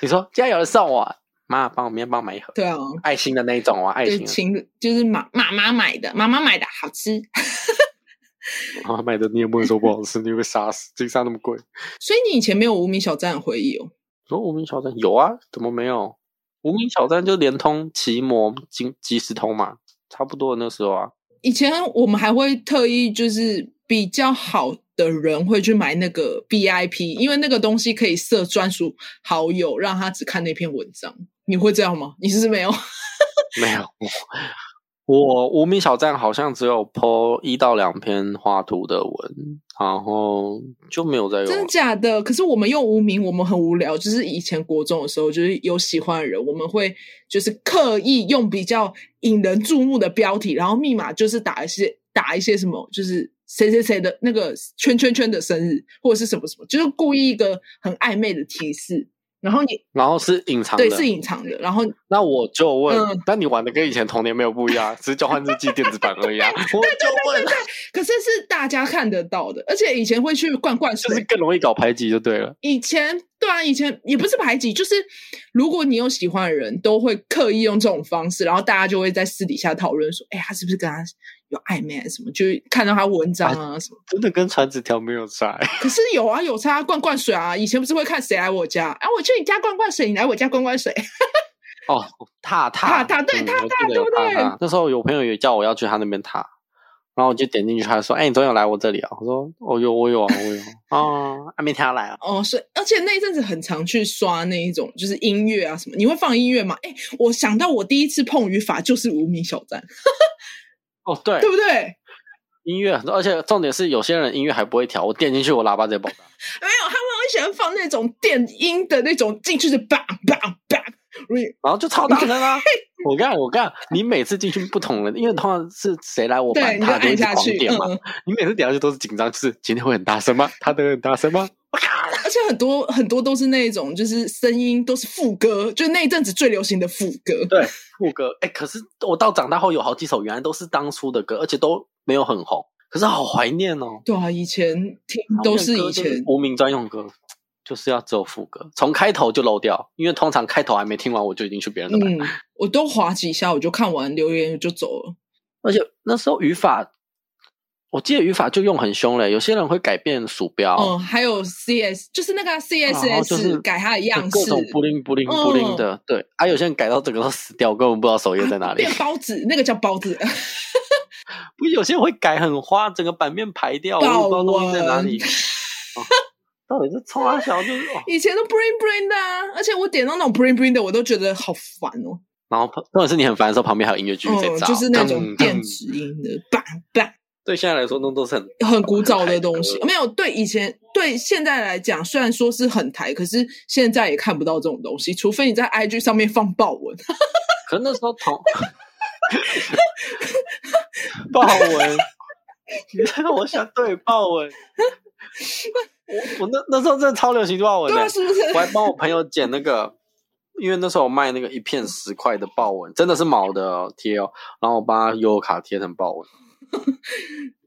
你说今天有人送我，妈帮我明天帮我买一盒
对啊，
爱心的那一种啊，爱
对，
心 的
情就是妈妈妈买的，妈妈买的好吃。
啊，买的你也不能说不好吃，你会被杀死。金沙那么贵，
所以你以前没有无名小站的回忆哦？
说无名小站有啊，怎么没有？无名小站就联通、奇摩、金即时通嘛，差不多的那时候啊。
以前我们还会特意就是比较好的人会去买那个 VIP，因为那个东西可以设专属好友， 让他只看那篇文章。你会这样吗？你是不是没有？
没有，我无名小站好像只有 po 一到两篇画图的文，然后就没有再用
真
了
的。假的？可是我们用无名，我们很无聊。就是以前国中的时候，就是有喜欢的人，我们会就是刻意用比较引人注目的标题，然后密码就是打一些打一些什么，就是谁谁谁的那个圈圈圈的生日，或者是什么什么，就是故意一个很暧昧的提示。然后你
然后是隐藏的，
对是隐藏的，然后
那我就问，
嗯
那你玩的跟以前童年没有不一样，只是交换日记电子版而已 啊。我就问，
可是是大家看得到的，而且以前会去灌灌水，
就是更容易搞排挤就对了。
以前对啊，以前也不是排挤，就是如果你有喜欢的人，都会刻意用这种方式，然后大家就会在私底下讨论说，哎、他是不是跟他有暧昧啊还是什么？就是看到他文章啊什么。
真的跟传纸条没有差、欸，
可是有啊，有差灌灌水啊。以前不是会看谁来我家，啊，我去你家灌灌水，你来我家灌灌水。
哦，踏
踏
踏
踏对
嗯
踏
我
踏
记得
对
有
不对
踏踏那时候有朋友也叫我要去他那边踏，然后我就点进去，他说：“哎、你总有来我这里啊、我说：“我有，我有啊，我有啊哦，啊，明天要来啊。
哦，是，而且那一阵子很常去刷那一种就是音乐啊什么，你会放音乐吗？哎、我想到我第一次碰语法就是无名小站，”
哦，对，
对不对？
音乐很多，而且重点是有些人音乐还不会调，我点进去我喇叭直接爆炸。
没有，他们会喜欢放那种电音的那种进去的 bang bang bang，re-
然后就超大 声啊！我干我干，你每次进去不同人，因为通常是谁来我
对，
班，
你就
他都
按
一直
下
狂
去，
点嘛。
嗯，
你每次点下去都是紧张，就是今天会很大声吗？ 他的很大声吗？我靠！
而且很多很多都是那种就是声音都是副歌，就那一阵子最流行的副歌，
对，副歌哎、可是我到长大后有好几首原来都是当初的歌，而且都没有很红，可是好怀念哦。
对啊，以前听都是以
他们的歌就
前
无名专用歌，就是要只有副歌，从开头就漏掉，因为通常开头还没听完我就已经去别人的版。
嗯，我都划几下我就看完留言我就走了，
而且那时候语法，我记得语法就用很凶嘞，有些人会改变鼠标，
嗯，还有 CS 就是那个啊
然后哦就
CSS
是
改它的样
各
式，嗯
种布灵布灵布灵的，对。啊，有些人改到整个都死掉，我根本不知道首页在哪里
啊变。包子，那个叫包子， 啊
不，有些人会改很花，整个版面排掉，我也不知道东西在哪里。啊到底是冲啊小就是，哦
以前都 bling bling 的啊，而且我点到那种 bling bling 的我都觉得好烦哦。
然后重点是你很烦的时候，旁边还有音乐剧在
嗯，
炸，
就是那种
嗯
电。
嗯
子音的，棒棒，
对现在来说，那都是很
很古早的东西
很台。
没有对以前对现在来讲，虽然说是很台，可是现在也看不到这种东西，除非你在 IG 上面放爆文。
可那时候同 豹纹，你知道我想对豹纹，我我那那时候真的超流行豹 纹
对
的、欸
啊， 是不是？
我还帮我朋友剪那个，因为那时候我卖那个一片十块的豹纹，真的是毛的哦贴哦，然后我把它优卡贴成豹纹，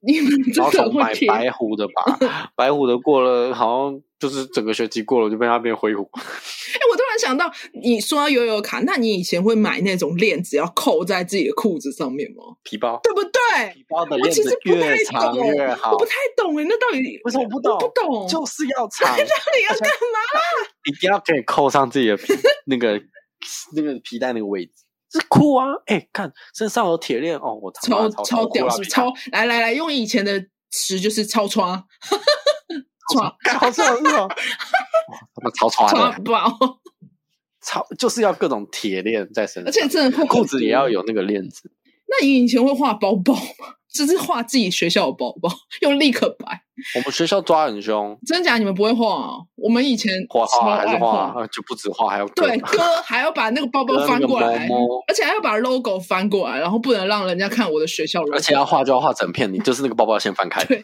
你们真
然后
的
从买
会贴？
白虎的吧，白虎的过了，好像就是整个学期过了，我就被它变灰虎。
哎、我突然想到，你说到悠悠卡，那你以前会买那种链子要扣在自己的裤子上面吗？
皮包，
对不对？
皮包的
我
链
其
子
实不太
越长
懂，欸
越好
我不。太懂哎，那到底
哦为什么不懂
我不懂，
就是要长，
到底要干嘛？
一定要可以扣上自己的皮那 个那个皮带那个位置，是酷啊！哎、看身上有铁链哦，我他妈
超
超啊
超屌，是
是
不是超来来来，用以前的词就是超 穿，穿
好爽是吧？哇他妈超穿的
穿，爆，
超就是要各种铁链在身上，
而且真的会
裤子也要。有那个链子。
那你以前会画包包吗？就是画自己学校的包包，用立可白。
我们学校抓很凶，
真假你们不会画哦？我们以前
画
超
画还
爱
是画，呃就不止画，还要割
对，哥还要把那个包
割那
包
个
翻过来，
猫猫
而且还要把 logo 翻过来，然后不能让人家看我的学校 logo。
而且要画就要画整片，你就是那个包包先翻开
对，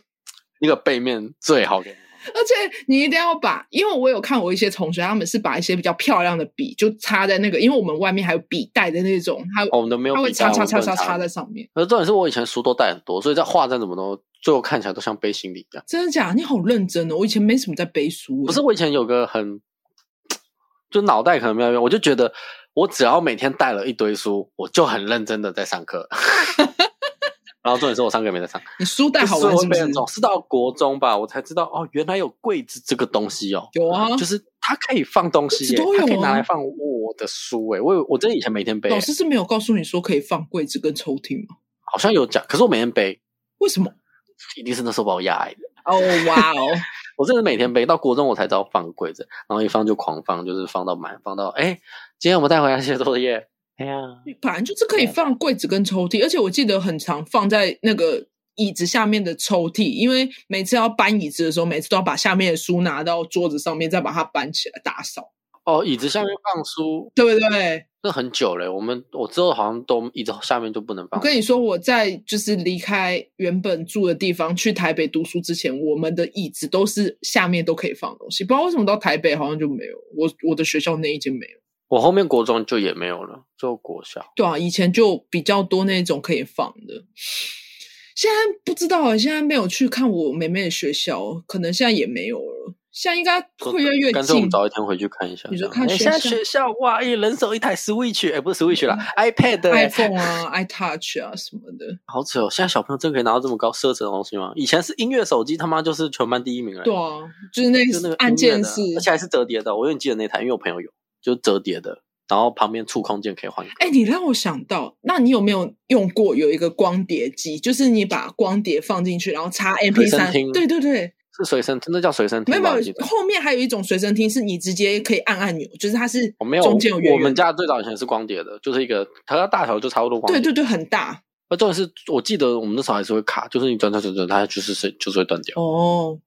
那个背面最好给你。
而且你一定要把，因为我有看我一些同学，他们是把一些比较漂亮的笔就插在那个，因为我们外面还有笔袋的那种，它、
哦，我们都没有
它会
笔袋
插
我
插
们
插
不能
插插
插
在上面。
可是重点是我以前书都带很多，所以在画站怎么都最后看起来都像背心里一样。
真的假的？你好认真哦！我以前没什么在背书，
不是，我以前有个很，就脑袋可能没有用，我就觉得我只要每天带了一堆书，我就很认真的在上课。 然后重点是我上课也没在上，
你书袋好
就是
玩
我
是
会
不
被
是
人？总是到国中吧，我才知道哦，原来有柜子这个东西哦，
有啊，
就是它可以放东西
柜
耶、
子都有啊
它可以拿来放我的书诶、我有我真的以前每天背耶、
老师是没有告诉你说可以放柜子跟抽屉吗？
好像有讲，可是我每天背，
为什么？
一定是那时候把我压矮的。
哦哇 哦，
我真的每天背，到国中我才知道放柜子，然后一放就狂放，就是放到满，放到哎，今天我们带回来写作业，哎呀，
本来就是可以
啊
放柜子跟抽屉，而且我记得很常放在那个椅子下面的抽屉，因为每次要搬椅子的时候，每次都要把下面的书拿到桌子上面，再把它搬起来打扫，
哦，椅子下面放书，
对不对？
那很久嘞。我们我之后好像都椅子下面就不能
我
放。
跟你说，我在就是离开原本住的地方去台北读书之前，我们的椅子都是下面都可以放东西，不知道为什么到台北好像就没有，我我的学校那一间没有。
我后面国中就也没有了，就国小。
对啊，以前就比较多那种可以放的。现在不知道啊，现在没有去看我妹妹的学校，可能现在也没有了。现在应该会越来越
干脆我
近
们。早一天回去看一下。
你说
这样
看
哎
学
现在
校嗯
学校哇，一人手一台 Switch，哎、不是 Switch 啦、i p a d 哎、
iPhone 啊、iTouch 啊什么的，
好扯哦！现在小朋友真可以拿到这么高奢侈的东西吗？以前是音乐手机，他妈就是全班第一名了。欸
对啊，就是那
就那个
按
音乐
键
的啊
式。
而且还是折叠的。我永远记得那台，因为我朋友有，就是折叠的，然后旁边触控键可以换。
哎、你让我想到，那你有没有用过有一个光碟机？就是你把光碟放进去，然后插 MP
随
三
身听，
对对对，
是随身，真的叫随身
没
听
有
吧？
没
我记
有。
得
后面还有一种随身听，是你直接可以按按钮，就是它是
哦我没有，
中间有圆
我
圆
们
的，
家最早以前是光碟的，就是一个它的大小就差不多光碟。
对对对，很大。
而重点是我记得我们那时候还是会卡，就是你转转转转，它就是是就是会断掉。
哦，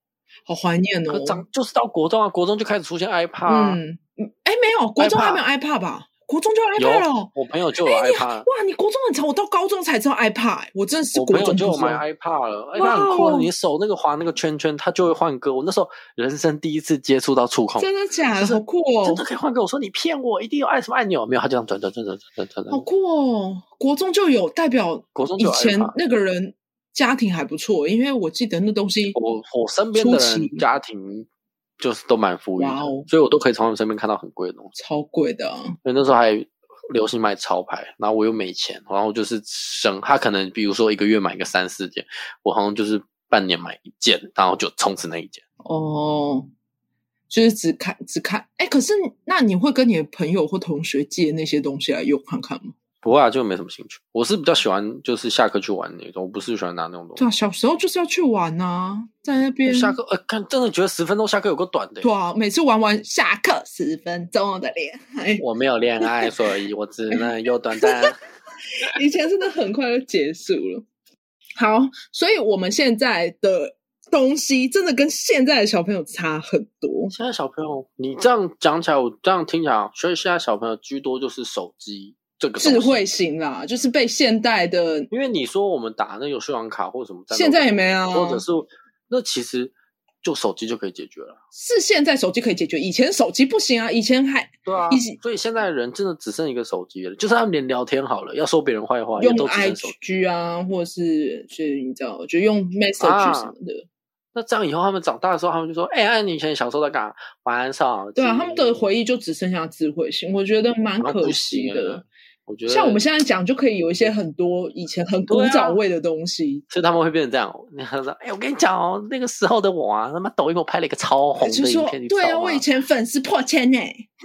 好怀念
可
哦。
长就是到国中啊，国中就开始出现 iPad 啊、
嗯，嗯哎，没有，国中还没有 iPad 吧？国中就
有
有 iPad 了。
我朋友就有
哎你
iPad，、
哇，你国中很长，我到高中才知道 iPad，哎我真的是
我
国
朋友
中
就
不
有
知道
买 iPad 了
哇
，iPad 很酷啊，
哦
你手那个滑那个圈圈，它就会换歌。我那时候人生第一次接触到触控，
真的假的？
就是
好酷
真
哦
的，可以换歌。我说你骗我，一定有按什么按钮，没有，他就这样转转转转转转转
好
转。
酷哦！国中就有，代表
国中
以
就有
前
iPad
那个人家庭还不错，因为我记得那东西，
我我身边的
初
人
期
家庭就是都蛮富裕的
哇哦，
所以我都可以从他们身边看到很贵的东西。
超贵的啊、
因为那时候还流行买潮牌，然后我又没钱，然后我就是省。他可能比如说一个月买个三四件，我好像就是半年买一件，然后就冲刺那一件。
哦。就是只看只看，哎，可是那你会跟你的朋友或同学借那些东西来用看看吗？
不过啊，就没什么兴趣。我是比较喜欢就是下课去玩那种，我不是喜欢拿那种东
对
西。
啊，小时候就是要去玩啊，在那边
下课呃，看真的觉得十分钟下课有个短的。
对啊，每次玩完下课十分钟的恋爱，
我没有恋爱，所以我只能有短暂。
以前真的很快就结束了。好，所以我们现在的东西真的跟现在的小朋友差很多。
现在小朋友，你这样讲起来，我这样听起来，所以现在小朋友居多就是手机这个东
智
西
慧，型啦，就是被现代的
因为你说我们打那游戏王卡或什么战斗卡，
现在也没啊，
或者是那其实就手机就可以解决了。
是现在手机可以解决，以前手机不行啊，以前还
对啊
一起
所以现在人真的只剩一个手机了，就是他们连聊天好了，要说别人坏哦话也
用
都只剩手机。
IG 啊，或者是就是你知道，就用 message
啊
什么的。
那这样以后他们长大的时候，他们就说：“哎、哎，你以前小时候在干嘛？玩手机。”
对啊，他们的回忆就只剩下智慧型，我觉得蛮
那
可
不
惜
行
的
了。。我啊觉得
像我们现在讲，就可以有一些很多以前很古
对啊
早味的东西，
所以他们会变成这样。你看说，哎、我跟你讲哦，那个时候的我啊，他妈抖音给我拍了一个超红
就
的影
说
片，你知道
对
吗？
啊，我以前粉丝破千呢、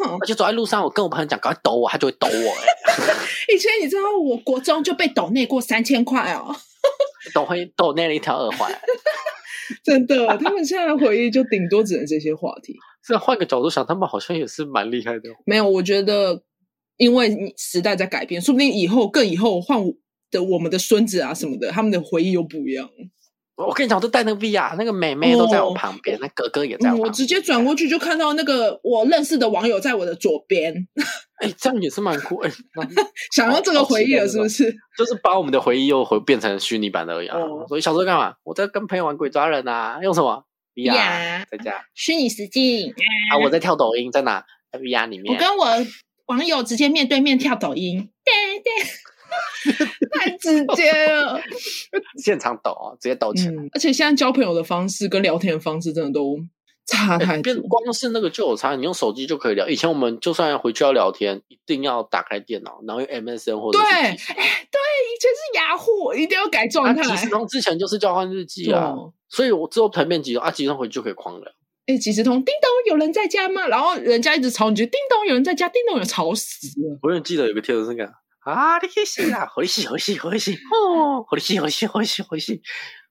哼，
而且走在路上，我跟我朋友讲，赶快抖我，他就会抖我、哎，
以前你知道，我国中就被抖内过三千块哦，
抖会抖那了一条耳环。
真的。他们现在的回忆就顶多只能这些话题。
这换个角度想，他们好像也是蛮厉害的哦。
没有，我觉得因为你时代在改变，说不定以后更以后换我的我们的孙子啊什么的，他们的回忆又不一样。
哦我跟你讲，我都带那个 VR，那个妹妹都在我旁边，那哥哥也在
哦嗯，
我旁边。
我直接转过去就看到那个我认识的网友在我的左边，
哎、这样也是蛮酷哎、那
想要这个
好好
回忆
期待
了，
这
是不
种
是？
就是把我们的回忆又回变成虚拟版的而已啊。
哦
所以小时候干嘛？我在跟朋友玩鬼抓人啊，用什么 VR？、
VR
在家
虚拟实境。
啊，我在跳抖音，在哪在？VR 里面。
我跟我网友直接面对面跳抖音， 对对，太直接了。
现场抖啊，直接抖起来。
嗯，而且现在交朋友的方式跟聊天的方式真的都差
哎
太多
变。光是那个就有差，你用手机就可以聊。以前我们就算回去要聊天，一定要打开电脑，然后用 MSN 或者
对，哎，对，
是
以前
T
是雅虎，一定要改状
那
态。
啊即时通之前就是交换日记啊，
哦
所以我之后团变即时通啊，即时通回去就可以狂聊。
哎，即时通，叮咚，有人在家吗？然后人家一直吵，你就叮咚，有人在家，叮咚，有人吵死了。
我永远记得有个贴文是那个啊，你可以洗啦，回洗回洗回洗，哦，回洗回洗回洗回洗，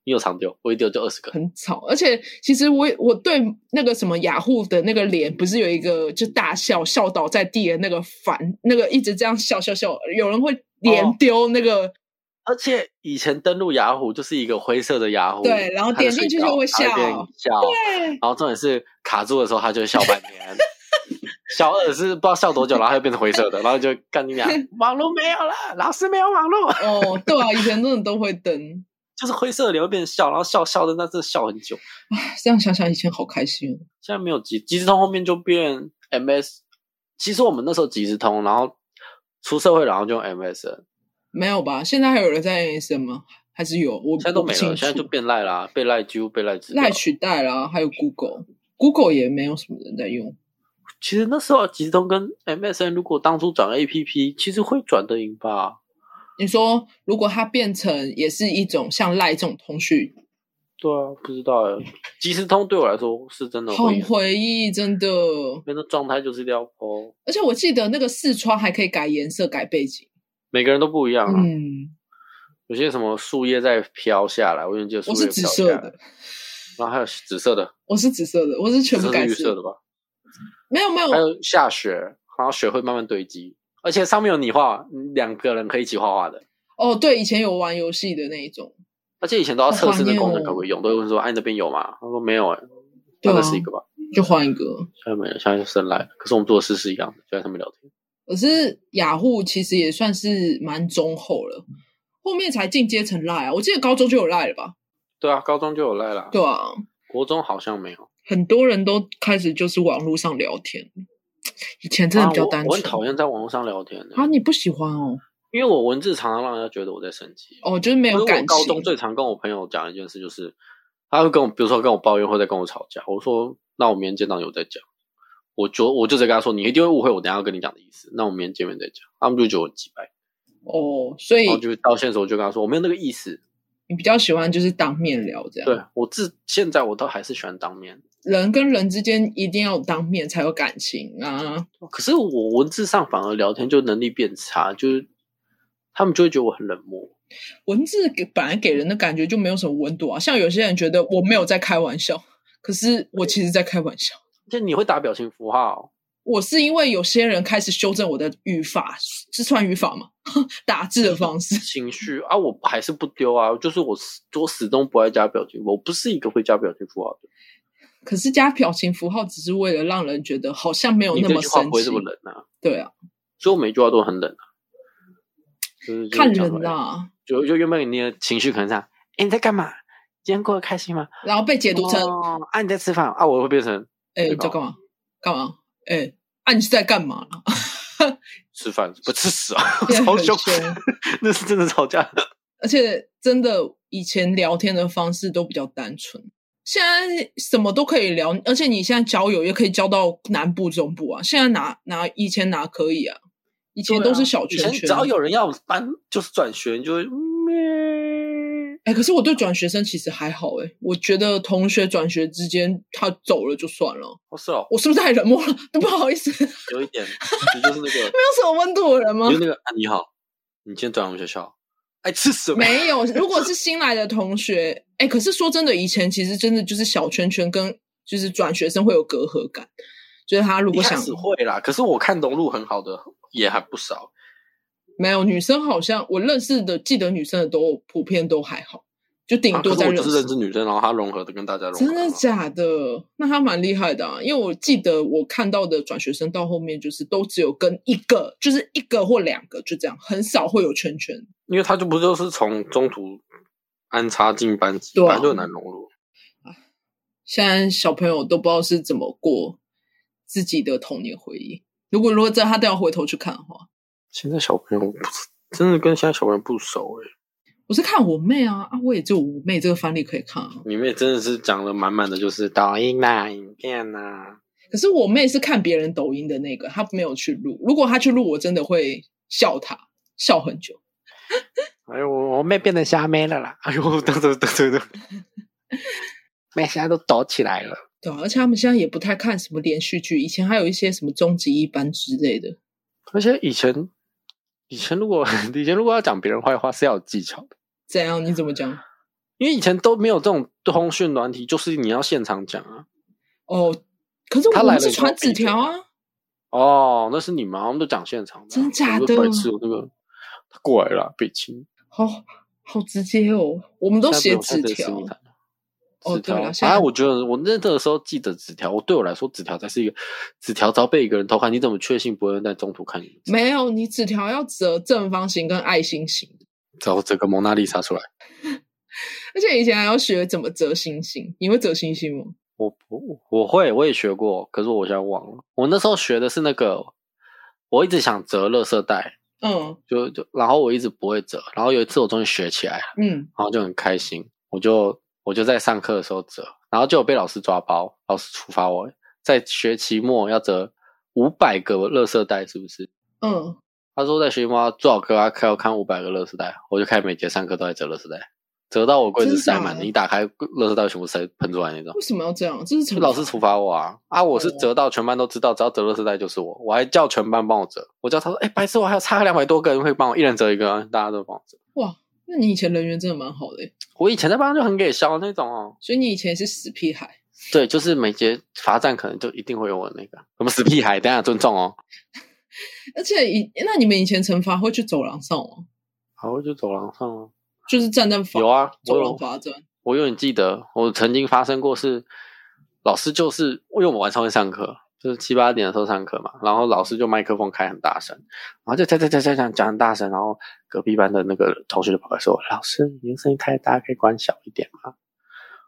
你有常丢，我一丢就二十个。
很吵，而且其实我我对那个什么雅虎的那个脸，不是有一个就大笑笑倒在地的那个烦，那个一直这样笑笑笑，有人会
哦
连丢那个、
而且以前登录雅虎就是一个灰色的雅虎，
对然后
它
点
的
进去
水
就会
饺它变
笑
笑，
对，
然后重点是卡住的时候它就会笑半天。 小二是不知道笑多久，然后它就变成灰色的，然后就干你俩， 网络没有了，老师没有网络，
哦，对啊，以前真的都会登，
就是灰色的脸会变成笑，然后笑笑的那真的笑很久。
唉这样想想以前好开心哦，
现在没有即即时通，后面就变 MS。其实我们那时候即时通，然后出社会，然后就用 MSN，
没有吧？现在还有人在 NSN 吗？还是有？我
现在都
我不
没
清
了，
楚
现在就变赖啦，被赖几乎被赖知道
赖取代啦，还有 Google，Google 也没有什么人在用。
其实那时候即时通跟 MSN，如果当初转 APP，其实会转得赢吧？
你说如果它变成也是一种像赖这种通讯，
对啊，不知道哎。即时通对我来说是真的会
很
赢，
回忆，真的。
因为那状态就是撩泼，
而且我记得那个视窗还可以改颜色、改背景。
每个人都不一样啊。
嗯，
有些什么树叶在飘下来，我永远记得树
我
叶
是
飘
紫
下
色
来
的，，
然后还有紫色的，
我是紫色的，我是
紫
全部
色是
改
绿
色
色的吧？
没有没有
还，有下雪，然后雪会慢慢堆积，而且上面有你画，两个人可以一起画画的。
哦，对，以前有玩游戏的那一种，
而且以前都要测试那
好怀
功能
念哦
可不可以用，都会问说：“哎，你那边有吗？”他说：“没有、欸。”哎，
对啊
那是一个吧？
就换一个。
现在没有，现在就生来了。可是我们做的事是一样的，就在上面聊天。
可是雅虎其实也算是蛮忠厚了，后面才进阶成赖啊。我记得高中就有赖了吧？
对啊，高中就有赖啦，
对啊，
国中好像没有。
很多人都开始就是网络上聊天，以前真的比较单
啊我，我很讨
纯
厌在网络上聊天的、
啊你不喜欢哦？
因为我文字常常让人家觉得我在生气。
哦，就是没
因为
有感
我
情。
高中最常跟我朋友讲一件事，就是他会跟我，比如说跟我抱怨，或者跟我吵架。我说：“那我明天见到你，我再讲。”我就我就直接跟他说：“你一定会误会我等一下要跟你讲的意思。”那我明天见面再讲。他们就觉得我很鸡掰，
哦，所以
然后就道歉的时候我就跟他说：“我没有那个意思。
你比较喜欢就是当面聊这样。
对我自现在我倒还是喜欢当面，
人跟人之间一定要有当面才有感情啊。
可是我文字上反而聊天就能力变差，就是他们就会觉得我很冷漠。
文字给本来给人的感觉就没有什么温度啊。像有些人觉得我没有在开玩笑，可是我其实在开玩笑。
就你会打表情符号，
我是因为有些人开始修正我的语法，是算语法吗？ 打字的方式。
情绪啊，我还是不丢啊，就是我始我始终不爱加表情，我不是一个会加表情符号的人。
可是加表情符号只是为了让人觉得好像没有
你
那
这
么
句话
生
不会
气
这。么冷啊，
对啊，
所以我每句话都很冷啊。就是就是
看
讲出
人
来
啦、
就就原本你的情绪可能这样，哎，你在干嘛？今天过得开心吗？
然后被解读成
哦啊，你在吃饭啊，我会变成
哎、
对
你
吧
在干嘛？干嘛？哎、啊，你是在干 嘛啦？
吃饭不吃屎啊，
变得
超
很
凶
凶，
那是真的吵架。
而且真的以前聊天的方式都比较单纯，现在什么都可以聊，而且你现在交友也可以交到南部、中部啊。现在哪哪以前哪可以啊？以前都是小
以
圈
前
圈。
只要有人要搬，就是转学，你就会嗯咩
哎、可是我对转学生其实还好哎、我觉得同学转学之间他走了就算了，
哦是哦，
我是不是太冷漠了？ 不好意思，没有
有一点，你就是那个，
什么温度的人吗
你？就是那个啊，你好，你今天转我们学校，哎，吃 屎没？
没有，如果是新来的同学，哎、可是说真的，以前其实真的就是小圈圈跟就是转学生会有隔阂感，就是他如
一
果
开
想
始会啦，可是我看融入很好的也还不少，
没有女生，好像我认识的记得女生的都普遍都还好，就顶
啊可
多
是
在
我
认
就是
识。
认识女生，然后她融合的跟大家融合。
真的假的？那他蛮厉害的、啊，因为我记得我看到的转学生到后面就是都只有跟一个，就是一个或两个，就这样，很少会有圈圈。
因为她就不就是从中途安插进班级，
对啊
本来就很难融入。
现在小朋友都不知道是怎么过自己的童年回忆。如果如果真的他都要回头去看的话，
现在小朋友不真的跟现在小朋友不熟哎、
我是看我妹啊，啊，我也只有我妹这个翻例可以看啊。
你们也真的是讲的满满的就是抖音啊、影片啊，
可是我妹是看别人抖音的那个，她没有去录。如果她去录，我真的会笑她，笑很久。
哎呦，我妹变成虾妹了啦！哎呦，对对对 对对，妹现在都抖起来了。
对啊、而且他们现在也不太看什么连续剧，以前还有一些什么终极一班之类的。
而且以前， 以前如果以前如果要讲别人坏话是要有技巧的，
怎样？你怎么讲？
因为以前都没有这种通讯软体，就是你要现场讲啊。
哦，可是
他
我们
来了
是
你就要
传纸
闭嘴
条啊，
哦，那是你们啊，我们都讲现场的啊、
真假
我就
的
白痴，我那个他过来了，北京
好好直接哦，我们都写纸
现在没有现在只
条啊
是你。谈
哦
纸条
对了，现在
啊，我觉得我那个时候记得纸条，我对我来说纸条才是一个纸条，只要被一个人偷看，你怎么确信不会在中途看你？
没有，你纸条要折正方形跟爱心形，
然后整个蒙娜丽莎出来，
而且以前还要学怎么折星星。你会折星星吗？
我我我会，我也学过，可是我现在忘了。我那时候学的是那个，我一直想折垃圾袋，
嗯
就就然后我一直不会折，然后有一次我终于学起来了，
嗯，
然后就很开心，我就我就在上课的时候折，然后就有被老师抓包，老师处罚我，在学期末要折五百个垃圾袋，是不是？
嗯，
他说在学期末要做好课，他要看五百个垃圾袋，我就开始每节上课都在折垃圾袋，折到我柜子
真假
塞满，
的哦
你打开垃圾袋全部塞喷出来那种。
为什么要这样？这是惩罚
老师处罚我啊啊！我
嗯
是折到全班都知道，只要折垃圾袋就是我，我还叫全班帮我折。我叫他说：“哎、白痴，我还有差两百多个人会帮我，一人折一个啊，大家都帮我折。
哇！那你以前人缘真的蛮好的欸，”
我以前在班上就很给削那种哦，
所以你以前是死屁孩。
对，就是每节罚站可能就一定会有我那个什么死屁孩，等一下尊重哦。
而且以那你们以前惩罚会去走廊上吗？
然后就走廊上哦，
就是站在罚
有啊，我
走廊
有
罚站。
我永远记得，我曾经发生过是，老师就是因为我们晚上会上课，就是七八点的时候上课嘛，然后老师就麦克风开很大声，然后就在在在在讲讲很大声，然后隔壁班的那个同学就跑来说：“老师，您声音太大，可以关小一点吗？”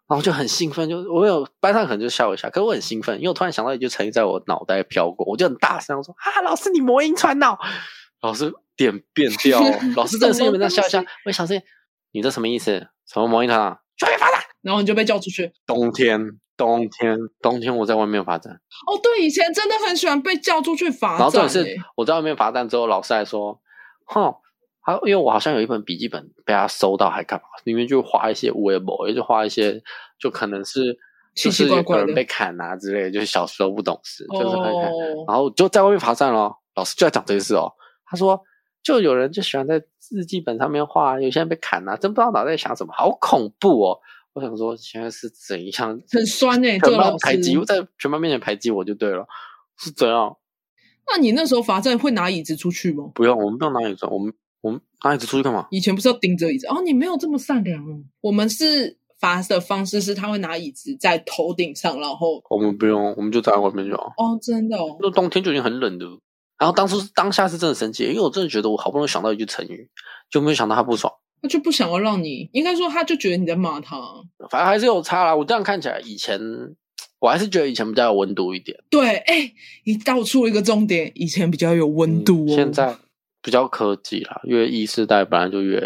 然后我就很兴奋，就是我有班上可能就笑一下，可是我很兴奋，因为我突然想到一句成语在我脑袋飘过，我就很大声我说：“啊，老师你魔音传脑！”老师脸变掉哦，老师真的是原本在笑一
什
下
么，
我也想是你这什么意思？什么魔音传啊脑？去罚站！
然后你就被叫出去。
冬天，冬天，冬天，我在外面罚站。
哦，对，以前真的很喜欢被叫出去罚
然后重
站
点
欸、
是，我在外面罚站之后，老师还说：“哼，他因为我好像有一本笔记本被他收到，还干嘛？里面就画一些微博，也就画一些，就可能是
奇奇
就是
怪
有
怪的
人被砍啊之类的，就是小时候不懂事，就是很很
哦，
然后就在外面罚站咯，老师就在讲这件事哦。他说，就有人就喜欢在日记本上面画，有些人被砍啊，真不知道脑袋想什么，好恐怖哦！我想说，现在是怎 样？
很酸欸这
全
个
班
老
排挤，
师
在全班面前排挤我就对了，是怎样？
那你那时候罚站会拿椅子出去吗？
不用，我们不用拿椅子，我们我们拿椅子出去干嘛？
以前不是要盯着椅子哦，你没有这么善良哦。我们是罚的方式是他会拿椅子在头顶上，然后
我们不用，我们就在外面就好。
哦，真的哦，
那冬天就已经很冷的了，然后当初当下是真的生气，因为我真的觉得我好不容易想到一句成语，就没有想到他不爽。
他就不想要让你，应该说他就觉得你在骂他。
反正还是有差啦。我这样看起来，以前我还是觉得以前比较有温度一点，
对，哎，你道出一个重点，以前比较有温度哦。
嗯现在比较科技啦，越一世代本来就越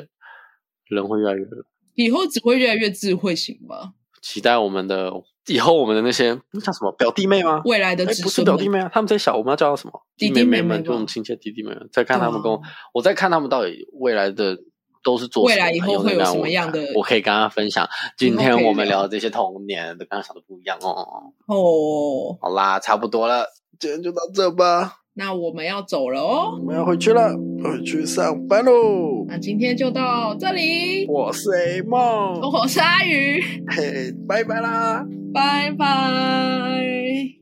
人会越来越冷
以后只会越来越智慧型吧？
期待我们的以后我们的那些那叫什么表弟妹吗？
未来的
哎
子
不是
孙
表弟
们，
妹啊，他们在小，我们要叫他什么？
弟弟
弟妹
妹妹
们，就我们
吧
亲切弟弟妹妹。再看他们
对啊
跟我，我在看他们到底未来的都是做
未
什么
来
的
以后
用
会有
那
什
我
么样
看
的
我可以跟他分享。
以
今
后可
天
以
我们
聊
聊的这些童年，跟他想的不一样哦。
哦，
好啦，差不多了，今天就到这吧，
那我们要走了哦
我。们要回去了，回去上班喽。
那今天就到这里，
我是 A
哦
梦，
我是阿鱼，
嘿，拜拜啦。
拜拜。